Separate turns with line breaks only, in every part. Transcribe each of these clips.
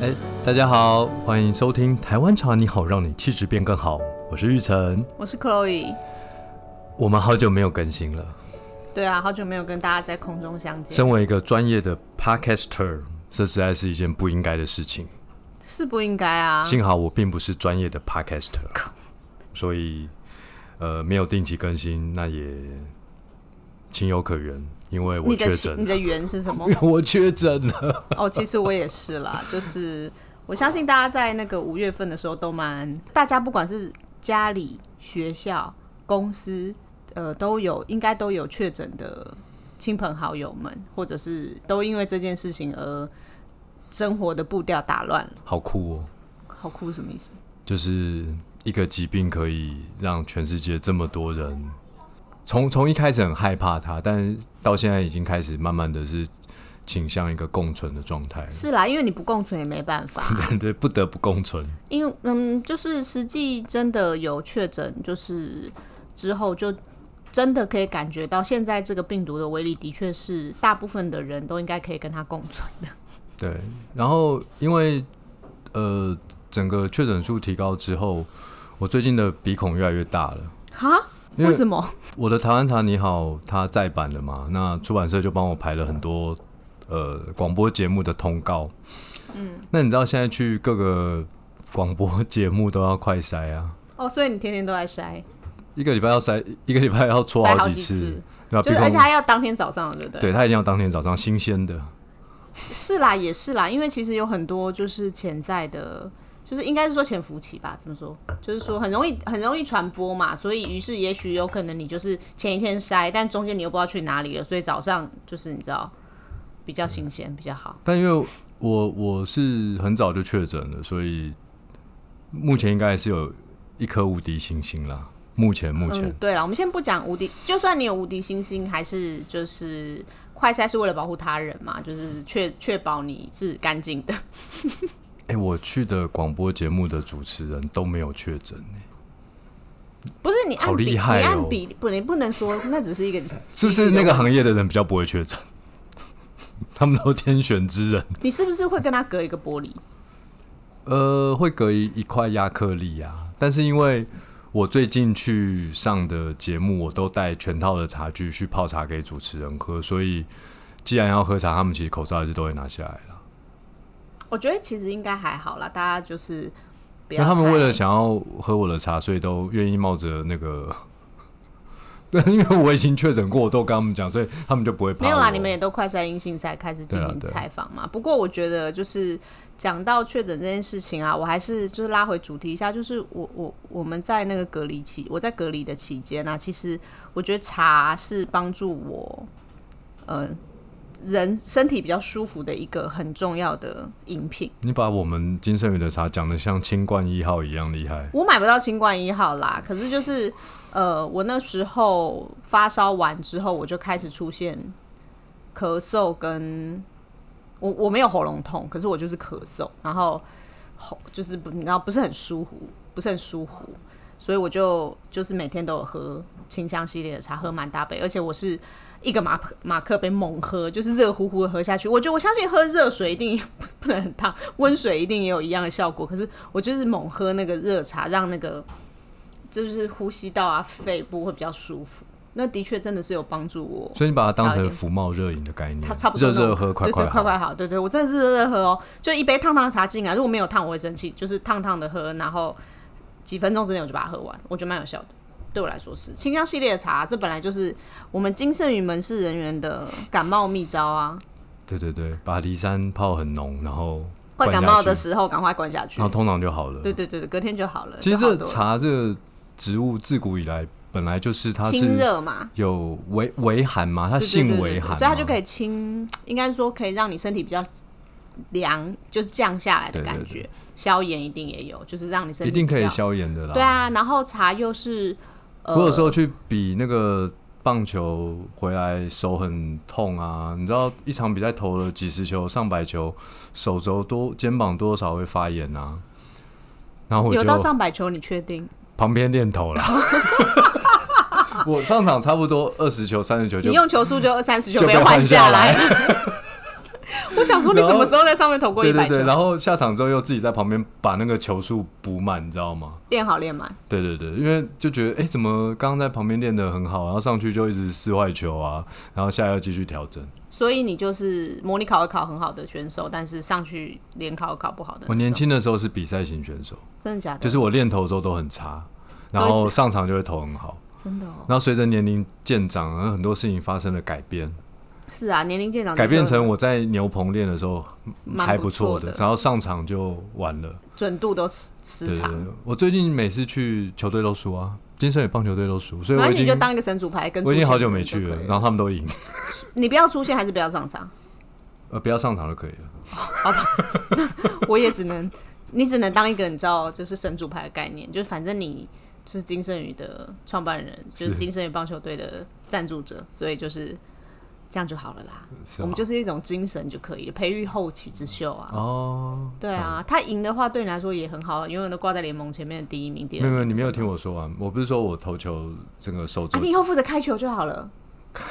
哎大家好，欢迎收听《台湾茶你好》，让你气质变更好。我是玉成，
我是 Chloe。
我们好久没有更新了。
对啊，好久没有跟大家在空中相见，
身为一个专业的 podcaster，这实在是一件不应该的事情。
是不应该啊。
幸好我并不是专业的 podcaster，所以呃没有定期更新，那也情有可原，因为我
你
确
的情你
诊了，啊
的缘是 什么？
我确诊了。
哦，其实我也是啦， 就是我相信大家在那个五月份的时候都蛮，大家不管是家里、学校、公司，呃，都有应该都有确诊的亲朋好友们，或者是都因为这件事情而生活的步调打乱了。
好酷哦！
好酷是什么 意思？
就是一个疾病可以让全世界这么多人，从从一开始很害怕它，但到现在已经开始慢慢的是倾向一个共存的状态，
是啦，因为你不共存也没办法、 啊
对对，不得不共存。
因为嗯，就是实际真的有确诊，就是之后就真的可以感觉到，现在这个病毒的威力的确是大部分的人都应该可以跟它共存的。
对，然后因为呃整个确诊数提高之后，我最近的鼻孔越来越大了。
哈？
因为
为什么？
我的《台湾茶你好》它再版了嘛，那出版社就帮我排了很多呃广播节目的通告。嗯，那你知道现在去各个广播节目都要快筛啊，
哦，所以你天天都在筛，
一个礼拜要筛，一个礼拜要搓
筛
好
好
几
次，，
对吧？
就是
鼻孔
而且还要当天早上，对不对？
对，它一定要当天早上新鲜的。
是啦，也是啦，因为其实有很多就是潜在的，就是应该是说潜伏期吧，怎么说？就是说很容易很容易传播嘛，所以于是也许有可能你就是前一天筛，但中间你又不知道去哪里了，所以早上就是你知道比较新鲜比较好。
但因为我我是很早就确诊了，所以目前应该还是有一颗无敌星星啦。目前目前、
嗯，对了，我们先不讲无敌，就算你有无敌星星，还是就是快筛是为了保护他人嘛，就是确确保你是干净的。
哎、我去的广播节目的主持人都没有确诊、
不是你按比，
好厉害哦
你按比例不，你不能说那只是一个
是不是那个行业的人比较不会确诊？ 他们都天选之人。
你是不是会跟他隔一个玻璃？
呃，会隔一一块亚克力啊，但是因为我最近去上的节目，我都带全套的茶具去泡茶给主持人喝，所以既然要喝茶，他们其实口罩还是都会拿下来了。
我觉得其实应该还好啦，大家就是不要
那
太。
他们为了想要喝我的茶，所以都愿意冒着 那个。对，因为我已经确诊过，我都跟他们讲，所以他们就不会怕我。
没有啦，你们也都快筛阴性才开始进
对啊
行
对啊
采访嘛。不过我觉得就是讲到确诊这件事情啊，我还是就是拉回主题一下，就是我我我们在那个隔离期，我在隔离的期间啊，其实我觉得茶是帮助我，呃，人身体比较舒服的一个很重要的饮品。
你把我们金圣宇的茶讲的像清冠一号一样厉害。
我买不到新冠一号啦，可是就是呃，我那时候发烧完之后，我就开始出现咳嗽跟我我没有喉咙痛，可是我就是咳嗽，然后喉就是不然后不是很舒服，不是很舒服，所以我就就是每天都有喝清香系列的茶，喝满大杯，而且我是。一个马马克杯猛喝，就是热乎乎的喝下去。我觉得我相信喝热水一定 不不能很烫，温水一定也有一样的效果。可是我就是猛喝那个热茶，让那个就是呼吸道啊、肺部会比较舒服。那的确真的是有帮助我。
所以你把它当成福茂热饮的概念，
它差不多
热
那种
热喝，快
对
快
对快
好。
快好，对对，我真的是热热喝哦，就一杯烫烫的茶进来，如果没有烫我会生气，就是烫烫的喝，然后几分钟之内我就把它喝完，我觉得蛮有效的。对我来说是清香系列的茶，这本来就是我们金圣宇门市人员的感冒秘 招啊，
对对对，把梨山泡很浓，然后
快
灌下
感冒
去
的时候赶快灌下去
然后。通常就好了。
对对对对，隔天就好了。
其实
就好
这
多了
茶这个植物自古以来本来就是它
清
是
热嘛，
有微微寒嘛，它
对对对
性
对
微
对
寒嘛，
所以它就可以清，应该说可以让你身体比较凉，就是降下来的
对对
感
对
觉。消炎一定也有，就是让你身体
一定可
比
以
较。
消炎的啦。
对，啊，然后茶又是，呃，
我有时候去比那个棒球回来手很痛啊，你知道一场比赛投了几十球、上百球，手肘多、肩膀多少会发炎啊。然后我就
有到上百球，你确定？
旁边练头 啦。我上场差不多二十球、三十球就
你用球数就二三十球
就
被
被换
换
下
来。我就想说你什么时候在上面投过一
对
百
对
球
对，？然后下场之后又自己在旁边把那个球数补满，你知道吗？
练好练满，
对对对，因为就觉得哎，怎么刚刚在旁边练得很好，然后上去就一直试坏球啊，然后下来要继续调整。
所以你就是模拟考会考很好的选手，但是上去联考会考不好的。
我年，轻的时候是比赛型选手，
真的假的？
就是我练投的时候都很差，然后上场就会投很好。
真的哦。
然后随着年龄渐长，然后很多事情发生了改变，
是啊，年龄渐长，
改变成我在牛棚练的时候
蛮
还
不
错
的，
然后上场就完了。
准度都时
对
时
对
长。
对，我最近每次去球队都输啊，金圣宇棒球队都输，所以
反
我
正
已
你就
经
当一个神主牌，跟
我已经
出现
好久
的
没
人就
去了
可，以
然后他们都赢，
你不要出现还是不要上场？
呃，不要上场就可以了。
我也只能，你只能当一个你知道，就是神主牌的概念，就是反正你就是金圣宇的创办人，就是
是
金圣宇棒球队的赞助者，所以就是这样就好了啦。
是啊
我
吗
们就是一种精神就可以了，培育后起之秀啊。
哦，
对啊，他赢的话对你来说也很好，啊永远都挂在联盟前面的第一名、第
没
二
有没
名。
有，你没有听我说啊完，我不是说我投球这个手肘
啊，你以后负责开球就好了。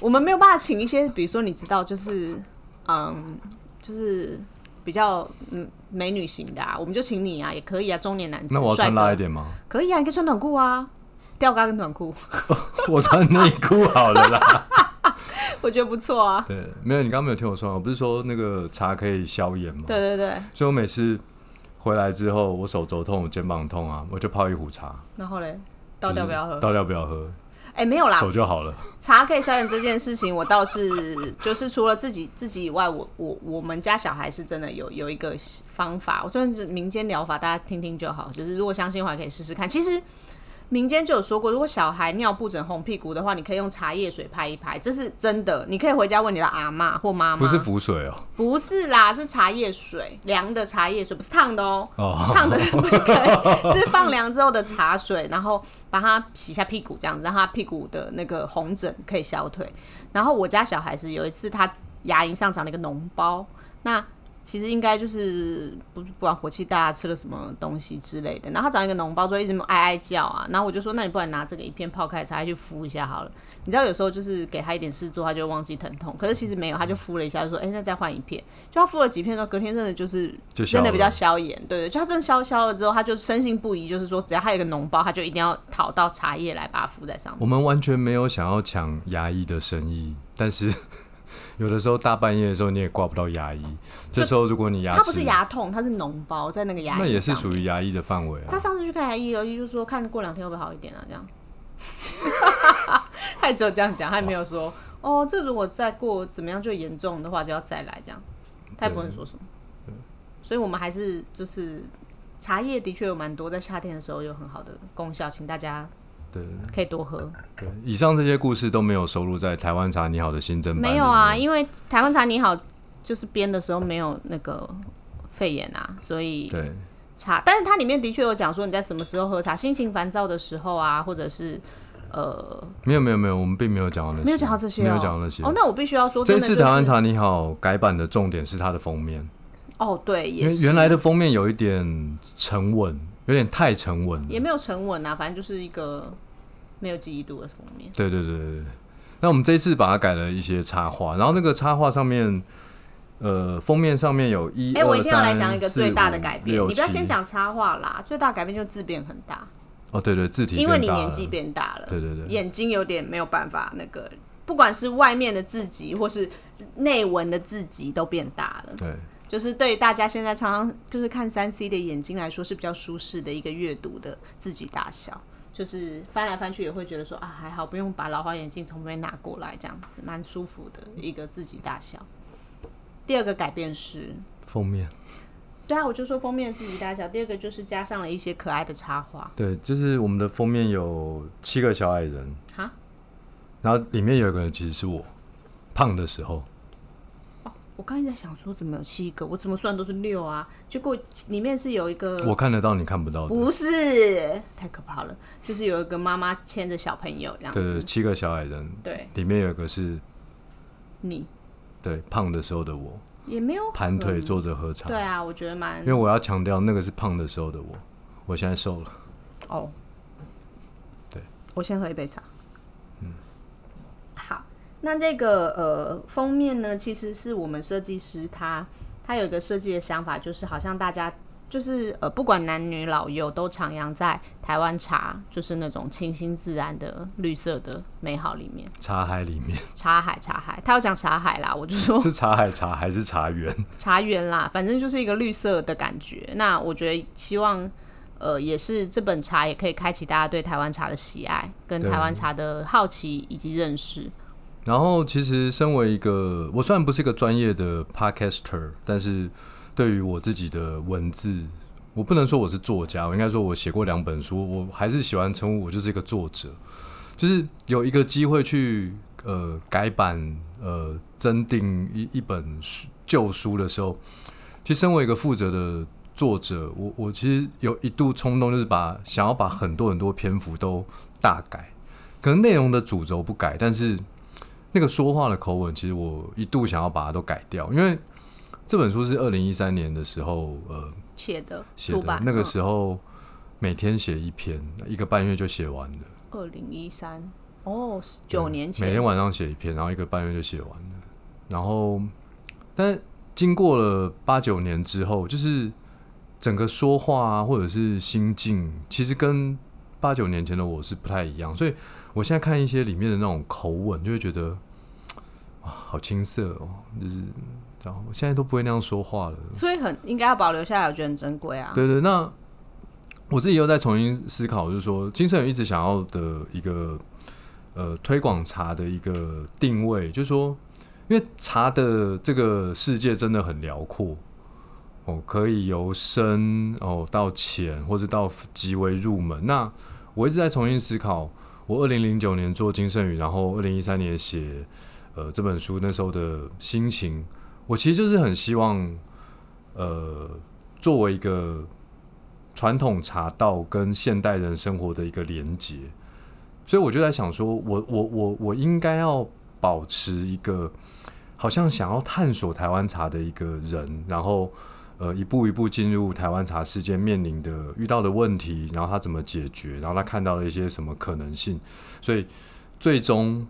我们没有办法请一些，比如说你知道，就是嗯，就是比较嗯美女型的啊，我们就请你啊，也可以啊，中年男子，
那我要
帅
穿辣一
哥，
点吗？
可以啊，你可以穿短裤啊，吊嘎跟短裤，
我穿内裤好了 啦。
我觉得不错啊。
对，没有，你刚刚没有听我说完，啊我不是说那个茶可以消炎吗？
对对对，
所以我每次回来之后，我手肘痛，我肩膀痛啊，我就泡一壶茶，
然后嘞，倒掉不要喝。
嗯倒掉不要喝，
哎、没有啦，
手就好了。
茶可以消炎这件事情，我倒是就是除了自己自己以外，我我我们家小孩是真的有有一个方法，我算是民间疗法，大家听听就好。就是如果相信的话，可以试试看。其实民间就有说过，如果小孩尿布疹、红屁股的话，你可以用茶叶水拍一拍，这是真的。你可以回家问你的阿妈或妈妈，
不是浮水哦，
不是啦，是茶叶水，凉的茶叶水，不是烫的哦、
哦
烫 的是不是可以？是放凉之后的茶水，然后把它洗一下屁股，这样子让它屁股的那个红疹可以消退。然后我家小孩是有一次他牙龈上长了一个脓包，那其实应该就是不不管火气大、啊、吃了什么东西之类的，然后他长一个脓包之后一直哀哀叫啊，然后我就说那你不然拿这个一片泡开的茶叶去敷一下好了。你知道有时候就是给他一点事做，他就会忘记疼痛，可是其实没有，他就敷了一下，就说哎、那再换一片，就他敷了几片之后，隔天真的就是
就消
真的比较
了
消炎，对对，就他真的消消了之后，他就深信不疑，就是说只要他有一个脓包，他就一定要讨到茶叶来把它敷在上面。
我们完全没有想要抢牙医的生意，但是 有的时候大半夜的时候你也挂不到牙医，这时候如果你牙
他不是
齿，
牙痛，他是脓包在那个牙龈
那也是
上
属于牙医的范围啊
他。上次去看牙医，牙医就说看过两天会不会好一点啊？这样， 他也只有这样讲，他也没有说哦，这如果再过怎么样就严重的话，就要再来这样，他也不能说什么。所以我们还是就是茶叶的确有蛮多，在夏天的时候有很好的功效，请大家
对
可以多喝。
对，以上这些故事都没有收录在《台湾茶你好》的新增版。
没有啊，，因为台湾茶你好就是编的时候没有那个肺炎啊，所以
对，
茶，但是它里面的确有讲说你在什么时候喝茶，心情烦躁的时候啊，或者是呃
没有没有没有，我们并没有讲到那些，
没有讲到这些、哦，
没有讲到那些。
哦，那我必须要说，
这
真的
次
就是
《台湾茶你好》改版的重点是它的封面，
哦，对，
因
也
为
是
原来的封面有一点沉稳，有点太沉稳了。
也没有沉稳啊，反正就是一个没有记忆度的封面。
对对对对对。那我们这一次把它改了一些插画，然后那个插画上面，呃，封面上面有一，
哎、我一定要
二
来
三
讲一个
四
最大的
五
改变，
六
你不要先
七
讲插画啦，最大改变就是字变很大，
哦，对对，字体
因为
变
你
大
年
了
纪变大了，
对对对
眼睛有点没有办法那个，不管是外面的字集或是内文的字集都变大了。
对，
就是对大家现在常常就是看三 C 的眼睛来说是比较舒适的一个阅读的自己大小，就是翻来翻去也会觉得说啊还好不用把老花眼镜从旁边拿过来，这样子蛮舒服的一个自己大小。第二个改变是，
封面，
对啊，我就说封面自己大小。第二个就是加上了一些可爱的插画，
对，就是我们的封面有七个小矮人，
哈，
然后里面有一个人其实是我，胖的时候，
我刚才在想说怎么有七个，我怎么算都是六啊，结果里面是有一个
我看得到你看不到的，
不是太可怕了，就是有一个妈妈牵着小朋友这样
对
子
对，，七个小矮人，
对
里面有一个是
你。
对胖的时候的我，
也没有
盘腿
很。
坐着喝茶，
嗯对啊，我觉得蛮
因为我要强调那个是胖的时候的我，我现在瘦了。
哦。
对，
我先喝一杯茶。嗯，好。那这个呃封面呢，其实是我们设计师他他有一个设计的想法，就是好像大家就是呃不管男女老幼都徜徉在台湾茶，就是那种清新自然的绿色的美好里面。
茶海里面
茶海，茶海，他要讲茶海啦，我就说
是茶海茶还是茶园？
茶园啦，反正就是一个绿色的感觉。那我觉得希望，呃，也是这本茶也可以开启大家对台湾茶的喜爱，跟
对
台湾茶的好奇以及认识。
然后，其实身为一个，我虽然不是一个专业的 podcaster，但是对于我自己的文字，我不能说我是作家，我应该说我写过两本书，我还是喜欢称呼我就是一个作者。就是有一个机会去呃改版呃增订一一本书旧书的时候，其实身为一个负责的作者，我我其实有一度冲动，就是把想要把很多很多篇幅都大改，可能内容的主轴不改，但是那个说话的口吻，其实我一度想要把它都改掉，因为这本书是二零一三年的时候呃
写的
写
出
的
版，嗯
那个时候每天写一篇，一个半月就写完了。
二零一三哦，九年
每
前
天晚上写一篇，然后一个半月就写完了。然后，但经过了八九年之后，就是整个说话啊，或者是心境，其实跟八九年前的我是不太一样。所以我现在看一些里面的那种口吻，就会觉得哇，好青涩哦，就是然后我现在都不会那样说话了。
所以很应该要保留下来，我觉得很珍贵啊。
对对，那我自己又在重新思考，就是说，金圣宇一直想要的一个呃推广茶的一个定位，就是说，因为茶的这个世界真的很辽阔。哦，可以由深哦到浅，或者到极为入门。那我一直在重新思考，我二零零九年做金圣宇，然后二零一三年写呃这本书那时候的心情，我其实就是很希望，呃，作为一个传统茶道跟现代人生活的一个连结，所以我就在想说，我我我我应该要保持一个好像想要探索台湾茶的一个人，然后呃一步一步进入台湾茶世界面临的遇到的问题，然后他怎么解决，然后他看到了一些什么可能性，所以最终。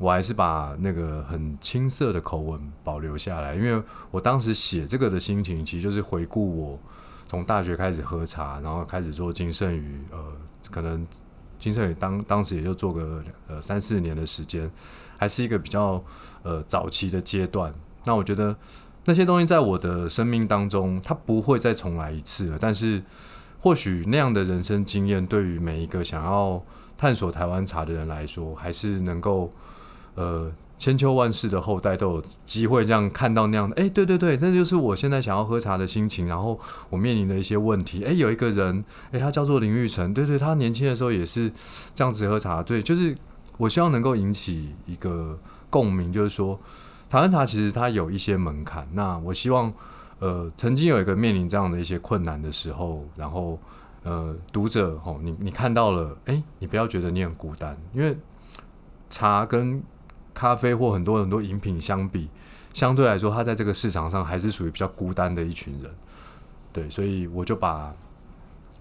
我还是把那个很青涩的口吻保留下来，因为我当时写这个的心情，其实就是回顾我从大学开始喝茶，然后开始做金圣宇，呃，可能金圣宇当当时也就做个呃三四年的时间，还是一个比较呃早期的阶段。那我觉得那些东西在我的生命当中，它不会再重来一次了。但是或许那样的人生经验，对于每一个想要探索台湾茶的人来说，还是能够呃千秋万世的后代都有机会这样看到那样的。哎、对对对，那就是我现在想要喝茶的心情。然后我面临的一些问题。哎、有一个人，哎、他叫做林玉成，对对，他年轻的时候也是这样子喝茶。对，就是我希望能够引起一个共鸣，就是说台湾茶其实它有一些门槛。那我希望，呃，曾经有一个面临这样的一些困难的时候，然后。呃，读者吼，你你看到了，哎、你不要觉得你很孤单，因为茶跟咖啡或很多很多饮品相比，相对来说，它在这个市场上还是属于比较孤单的一群人。对，所以我就把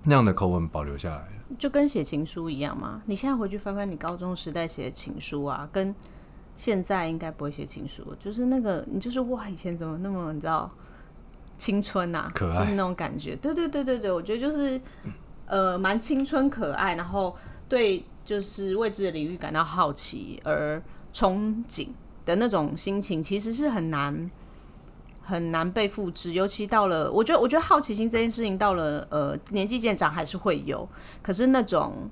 那样的口吻保留下来了。
就跟写情书一样嘛。你现在回去翻翻你高中时代写的情书啊，跟现在应该不会写情书，就是那个你就是哇，以前怎么那么你知道青春呐、
可爱
就是那种感觉。对对对对对，我觉得就是呃蛮青春可爱，然后对就是未知的领域感到好奇而憧憬的那种心情，其实是很难。很难被复制，尤其到了，我觉得，我觉得好奇心这件事情到了呃年纪渐长还是会有，可是那种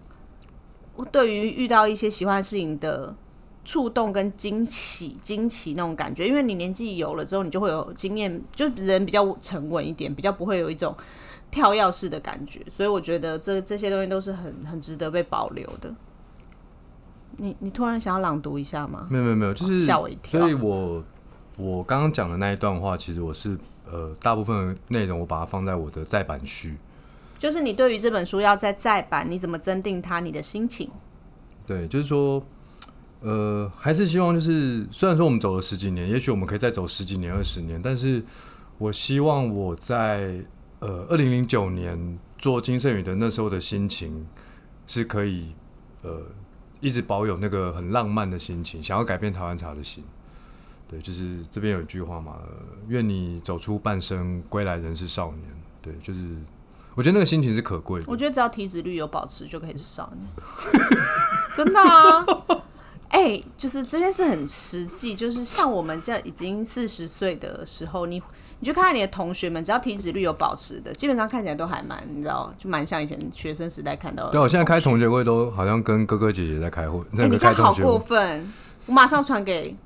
我对于遇到一些喜欢的事情的触动跟惊喜、惊奇那种感觉，因为你年纪有了之后，你就会有经验，就人比较沉稳一点，比较不会有一种跳跃式的感觉，所以我觉得这这些东西都是很很值得被保留的。你你突然想要朗读一下吗？
没有没有没有，就是
吓哦我一跳
所以我我刚刚讲的那一段话，其实我是呃大部分的内容我把它放在我的再版序。
就是你对于这本书要再再版，你怎么增订它？你的心情？
对，就是说，呃，还是希望就是，虽然说我们走了十几年，也许我们可以再走十几年、二十年，但是我希望我在呃二零零九年做金圣宇的那时候的心情是可以呃一直保有那个很浪漫的心情，想要改变台湾茶的心。对，就是这边有一句话嘛，呃愿你走出半生，归来仍是少年。对，就是我觉得那个心情是可贵的。
我觉得只要体脂率有保持，就可以是少年。 真的啊，哎、就是这件事很实际，就是像我们这已经四十岁的时候，你你去看看你的同学们，只要体脂率有保持的，基本上看起来都还蛮，你知道，就蛮像以前学生时代看到的。
对啊，我现在开同学会都好像跟哥哥姐姐在开会，
呃哎、
那
你
个
这
开
样好
同学
过
会
分，我马上传给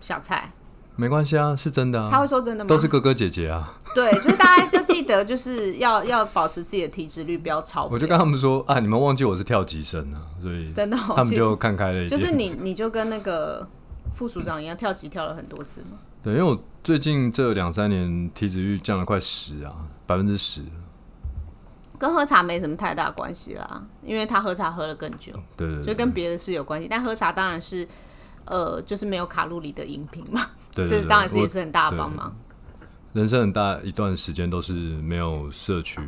小蔡，
没关系啊，是真的
他
啊
会，说真的吗？
都是哥哥姐姐啊。
对，就是大家就记得，就是要要保持自己的体脂率，不要超标。
我就跟他们说啊，你们忘记我是跳级生啊，所以
真的哦
他们
其实
就看开了一点。
就是你，你就跟那个副署长一样，跳级跳了很多次嘛。
对，因为我最近这两三年体脂率降了快十啊，百分之十。
跟喝茶没什么太大关系啦，因为他喝茶喝了更久，
对对
所以
对
跟别的是有关系。但喝茶当然是，呃，就是没有卡路里的饮品嘛，
对对对，
这当然是
我
也是很大的帮忙。
人生很大一段时间都是没有摄取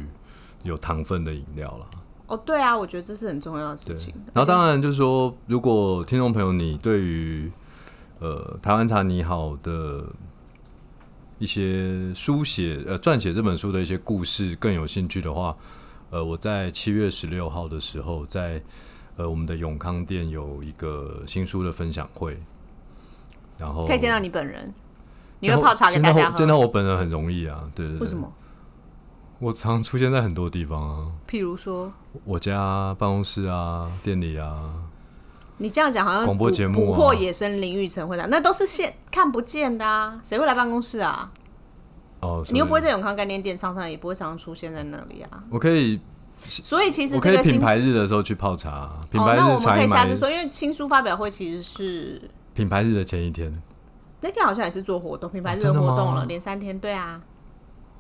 有糖分的饮料了。
哦，对啊，我觉得这是很重要的事
对
情。，
然后当然就是说，如果听众朋友你对于呃台湾茶你好的一些书写呃撰写这本书的一些故事更有兴趣的话，呃，我在七月十六号的时候在呃我们的永康店有一个新书的分享会，然后
可以见到你本人，你
见
会
到
泡茶给大
见
家
到我见到
喝？
我本人很容易啊，对对对，
为什？么？
我常出现在很多地方啊，
譬如说，
我家办公室啊，店里啊，
你这样讲好像
广播
捕
节目
捕
啊
获野生林育成会长，那都是现看不见的啊，谁会来办公室啊？
哦，
你又不会
所以
在永康概念店上上，也不会常常出现在那里啊。
我可以
所以其实
我
这
可以
个
品
新
牌日的时候去泡茶，啊品
哦
牌，
那我
日
们
茶
可
叶
以下
买
次，说，因为新书发表会其实是
品牌日的前一天，
那天好像也是做活动，品牌日
哦真的
活
吗
动了，连三天，对啊，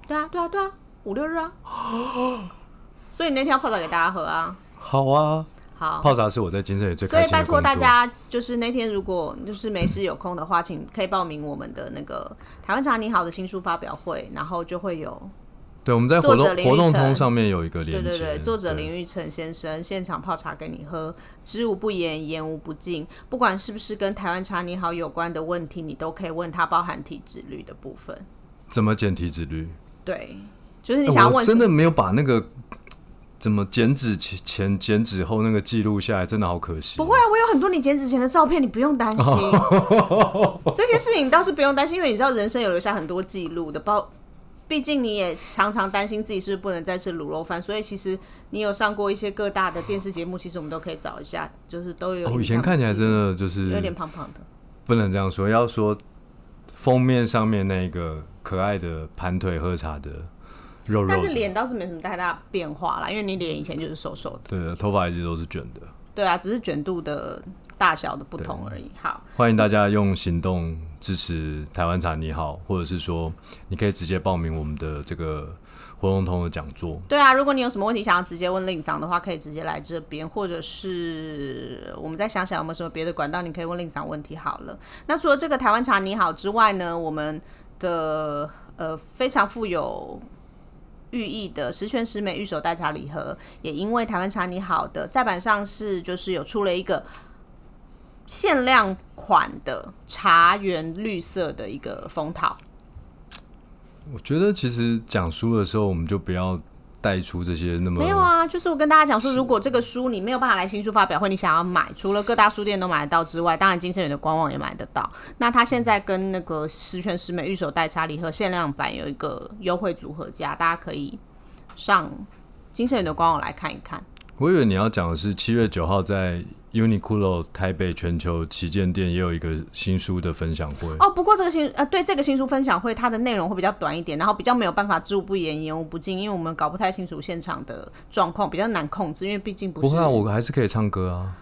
对啊，对啊，对啊，五六日 啊。所以你那天要泡茶给大家喝啊，
好啊，
好。
泡茶是我在金盛里最
所
开
以
心
拜
的工
托
作。
大家，就是那天如果就是没事有空的话，请可以报名我们的那个台湾茶你好的新书发表会，然后就会有
对，我们在活
作者
动
林育
活动
成
通上面有一个
对
连接，
对对，作者林
对
玉成先生现场泡茶给你喝，知无不言，言无不尽。不管是不是跟台湾茶你好有关的问题，你都可以问他，包含体脂率的部分。
怎么减体脂率？
对，就是你
哎
想要
我
问什
真
么？
的没有把那个怎么减脂前前减脂后那个记录下来，真的好可惜。
不会啊，我有很多你减脂前的照片，你不用担心。
哦
这些事情倒是不用担心，因为你知道人生有留下很多记录的，包。毕竟你也常常担心自己是不是不能再吃卤肉饭，所以其实你有上过一些各大的电视节目，其实我们都可以找一下，就是都有。
哦，以前看起来真的就是
有点胖胖的。
不能这样说，要说封面上面那个可爱的盘腿喝茶的肉肉的，
但是脸倒是没什么太大变化啦，因为你脸以前就是瘦瘦的，
对，头发一直都是卷的。
对啊，只是卷度的大小的不同而已。好，
欢迎大家用行动支持台湾茶你好，或者是说你可以直接报名我们的这个活动通的讲座。
对啊，如果你有什么问题想要直接问令长的话，可以直接来这边，或者是我们再想想有没有什么别的管道，你可以问令长问题好了。那除了这个台湾茶你好之外呢，我们的呃非常富有寓意的十全十美玉手代茶礼盒，也因为台湾茶你好的再版上市，就是有出了一个限量款的茶园绿色的一个封套。
我觉得其实讲书的时候，我们就不要带出这些那么
没有啊，就是我跟大家讲说，如果这个书你没有办法来新书发表会，你想要买，除了各大书店都买得到之外，当然金盛远的官网也买得到。那它现在跟那个十全十美玉手代茶礼盒限量版有一个优惠组合价，大家可以上金盛远的官网来看一看。
我以为你要讲的是七月九号在 Uniqlo 台北全球旗舰店也有一个新书的分享会。
哦，不过这个新呃，对这个新书分享会，它的内容会比较短一点，然后比较没有办法知无不言，言无不尽，因为我们搞不太清楚现场的状况，比较难控制，因为毕竟不
不
是。
会啊，我还是可以唱歌啊。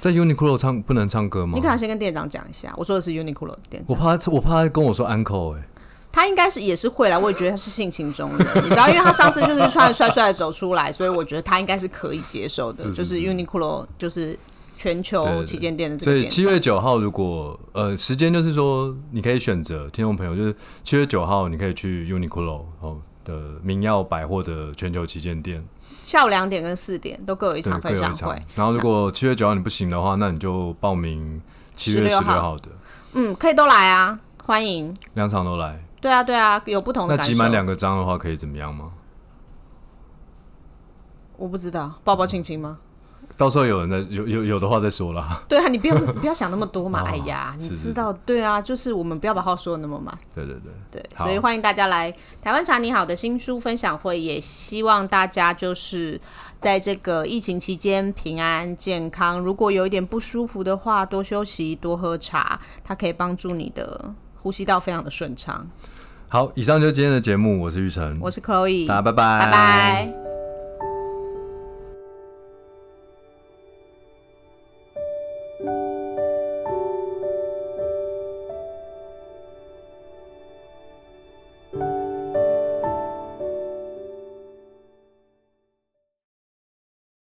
在 Uniqlo 唱不能唱歌吗
你可？能先跟店长讲一下，我说的是 Uniqlo 的店长。
我怕他我怕他跟我说 uncle 哎、
他应该是也是会啦，我也觉得他是性情中人，你知道，因为他上次就是穿的帅帅的走出来，所以我觉得他应该是可以接受的，
是是
就是
是
Uniqlo 就是全
对
球
对
旗舰店的这
所
个
以
店
七
长。
月九号，如果呃时间就是说，你可以选择听众朋友，就是七月九号，你可以去 Uniqlo 哦的明耀百货的全球旗舰店，
下午两点跟四点都各有一
对，
场
各
分
有
享
一
会嗯
场。。然后如果七月九号你不行的话，那你就报名七月十
16
六
号
号的，
嗯，可以都来啊，欢迎。
两场都来。
对啊，对啊，有不同的
那
感
集
受。
满两个章的话，可以怎么样吗？
我不知道，抱抱亲亲吗？
到时候有人在有有有的话再说啦。
对啊，你不要不要想那么多嘛。
哦
哎呀，你
是是
知道，对啊，就是我们不要把话说的那么满。
对对对，
对，
好
所以欢迎大家来台湾茶你好的新书分享会，也希望大家就是在这个疫情期间平安健康。如果有一点不舒服的话，多休息，多喝茶，它可以帮助你的呼吸道非常的顺畅。
好，以上就是今天的节目，我是玉成，
我是 Chloe，
大家拜
拜拜